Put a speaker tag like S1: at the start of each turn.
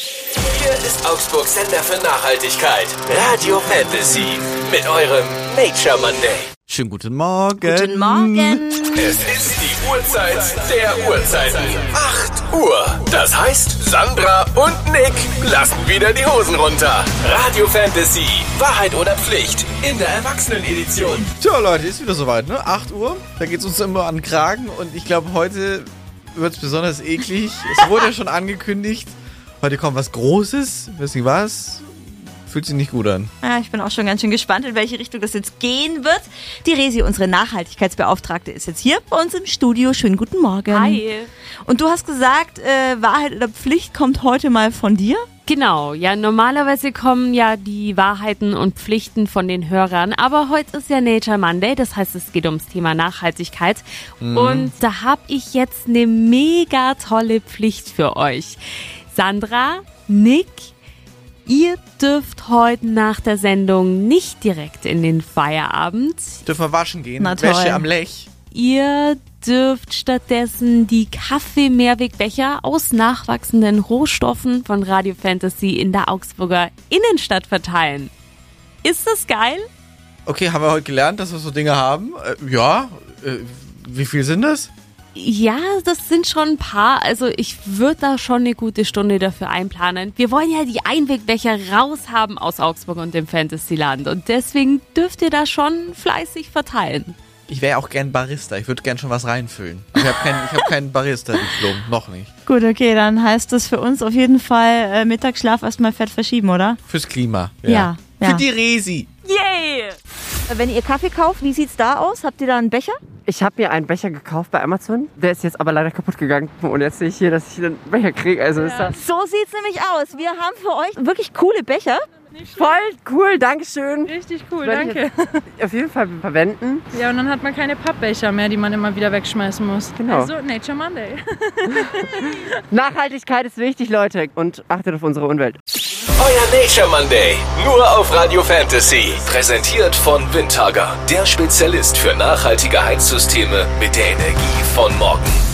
S1: Hier ist Augsburg Sender für Nachhaltigkeit. Radio Fantasy mit eurem Nature Monday.
S2: Schönen guten Morgen.
S3: Guten Morgen.
S1: Es ist die Uhrzeit der Uhrzeiten. 8 Uhr. Das heißt, Sandra und Nick lassen wieder die Hosen runter. Radio Fantasy. Wahrheit oder Pflicht. In der Erwachsenenedition.
S2: Tja, Leute, ist wieder soweit, ne? 8 Uhr. Da geht's uns immer an den Kragen und ich glaube, heute wird's besonders eklig. es wurde ja schon angekündigt. Heute kommt was Großes. Wissen Sie was? Fühlt sich nicht gut an.
S3: Ja, Ah, ich bin auch schon ganz schön gespannt, in welche Richtung das jetzt gehen wird. Die Resi, unsere Nachhaltigkeitsbeauftragte, ist jetzt hier bei uns im Studio. Schönen guten Morgen.
S4: Hi.
S3: Und du hast gesagt, äh, Wahrheit oder Pflicht kommt heute mal von dir.
S4: Genau, ja, normalerweise kommen ja die Wahrheiten und Pflichten von den Hörern, aber heute ist ja Nature Monday, das heißt, es geht ums Thema Nachhaltigkeit und da habe ich jetzt eine mega tolle Pflicht für euch. Sandra, Nick, ihr dürft heute nach der Sendung nicht direkt in den Feierabend,
S2: Dürfen wir waschen gehen.
S3: Na toll.
S2: Wäsche am Lech.
S4: Ihr dürft stattdessen die Kaffee-Mehrwegbecher aus nachwachsenden Rohstoffen von Radio Fantasy in der Augsburger Innenstadt verteilen. Ist das geil?
S2: Okay, haben wir heute gelernt, dass wir so Dinge haben? Äh, ja. Äh, wie viel sind das?
S4: Ja, das sind schon ein paar. Also ich würde da schon eine gute Stunde dafür einplanen. Wir wollen ja die Einwegbecher raushaben aus Augsburg und dem Fantasyland. Und deswegen dürft ihr da schon fleißig verteilen.
S2: Ich wäre auch gern Barista. Ich würde gern schon was reinfüllen. Ich habe kein, ich hab kein Barista-Diplom. Noch nicht.
S3: Gut, okay, dann heißt das für uns auf jeden Fall äh, Mittagsschlaf erstmal fett verschieben, oder?
S2: Fürs Klima.
S3: Ja, ja.
S2: Für die Resi.
S4: Yay!
S3: Wenn ihr Kaffee kauft, wie sieht's da aus? Habt ihr da einen Becher?
S5: Ich habe mir einen Becher gekauft bei Amazon. Der ist jetzt aber leider kaputt gegangen. Und jetzt sehe ich hier, dass ich einen Becher kriege. Also ist das
S3: So sieht's nämlich aus. Wir haben für euch wirklich coole Becher.
S5: voll cool. Dankeschön.
S6: Richtig cool,
S5: Werde ich
S6: danke.
S5: Auf jeden Fall verwenden.
S6: Ja, und dann hat man keine Pappbecher mehr, die man immer wieder wegschmeißen muss.
S5: Genau.
S6: Also Nature Monday.
S5: Nachhaltigkeit ist wichtig, Leute. Und achtet auf unsere Umwelt.
S1: Euer Nature Monday. Nur auf Radio Fantasy. Präsentiert von Windhager. Der Spezialist für nachhaltige Heizsysteme mit der Energie von morgen.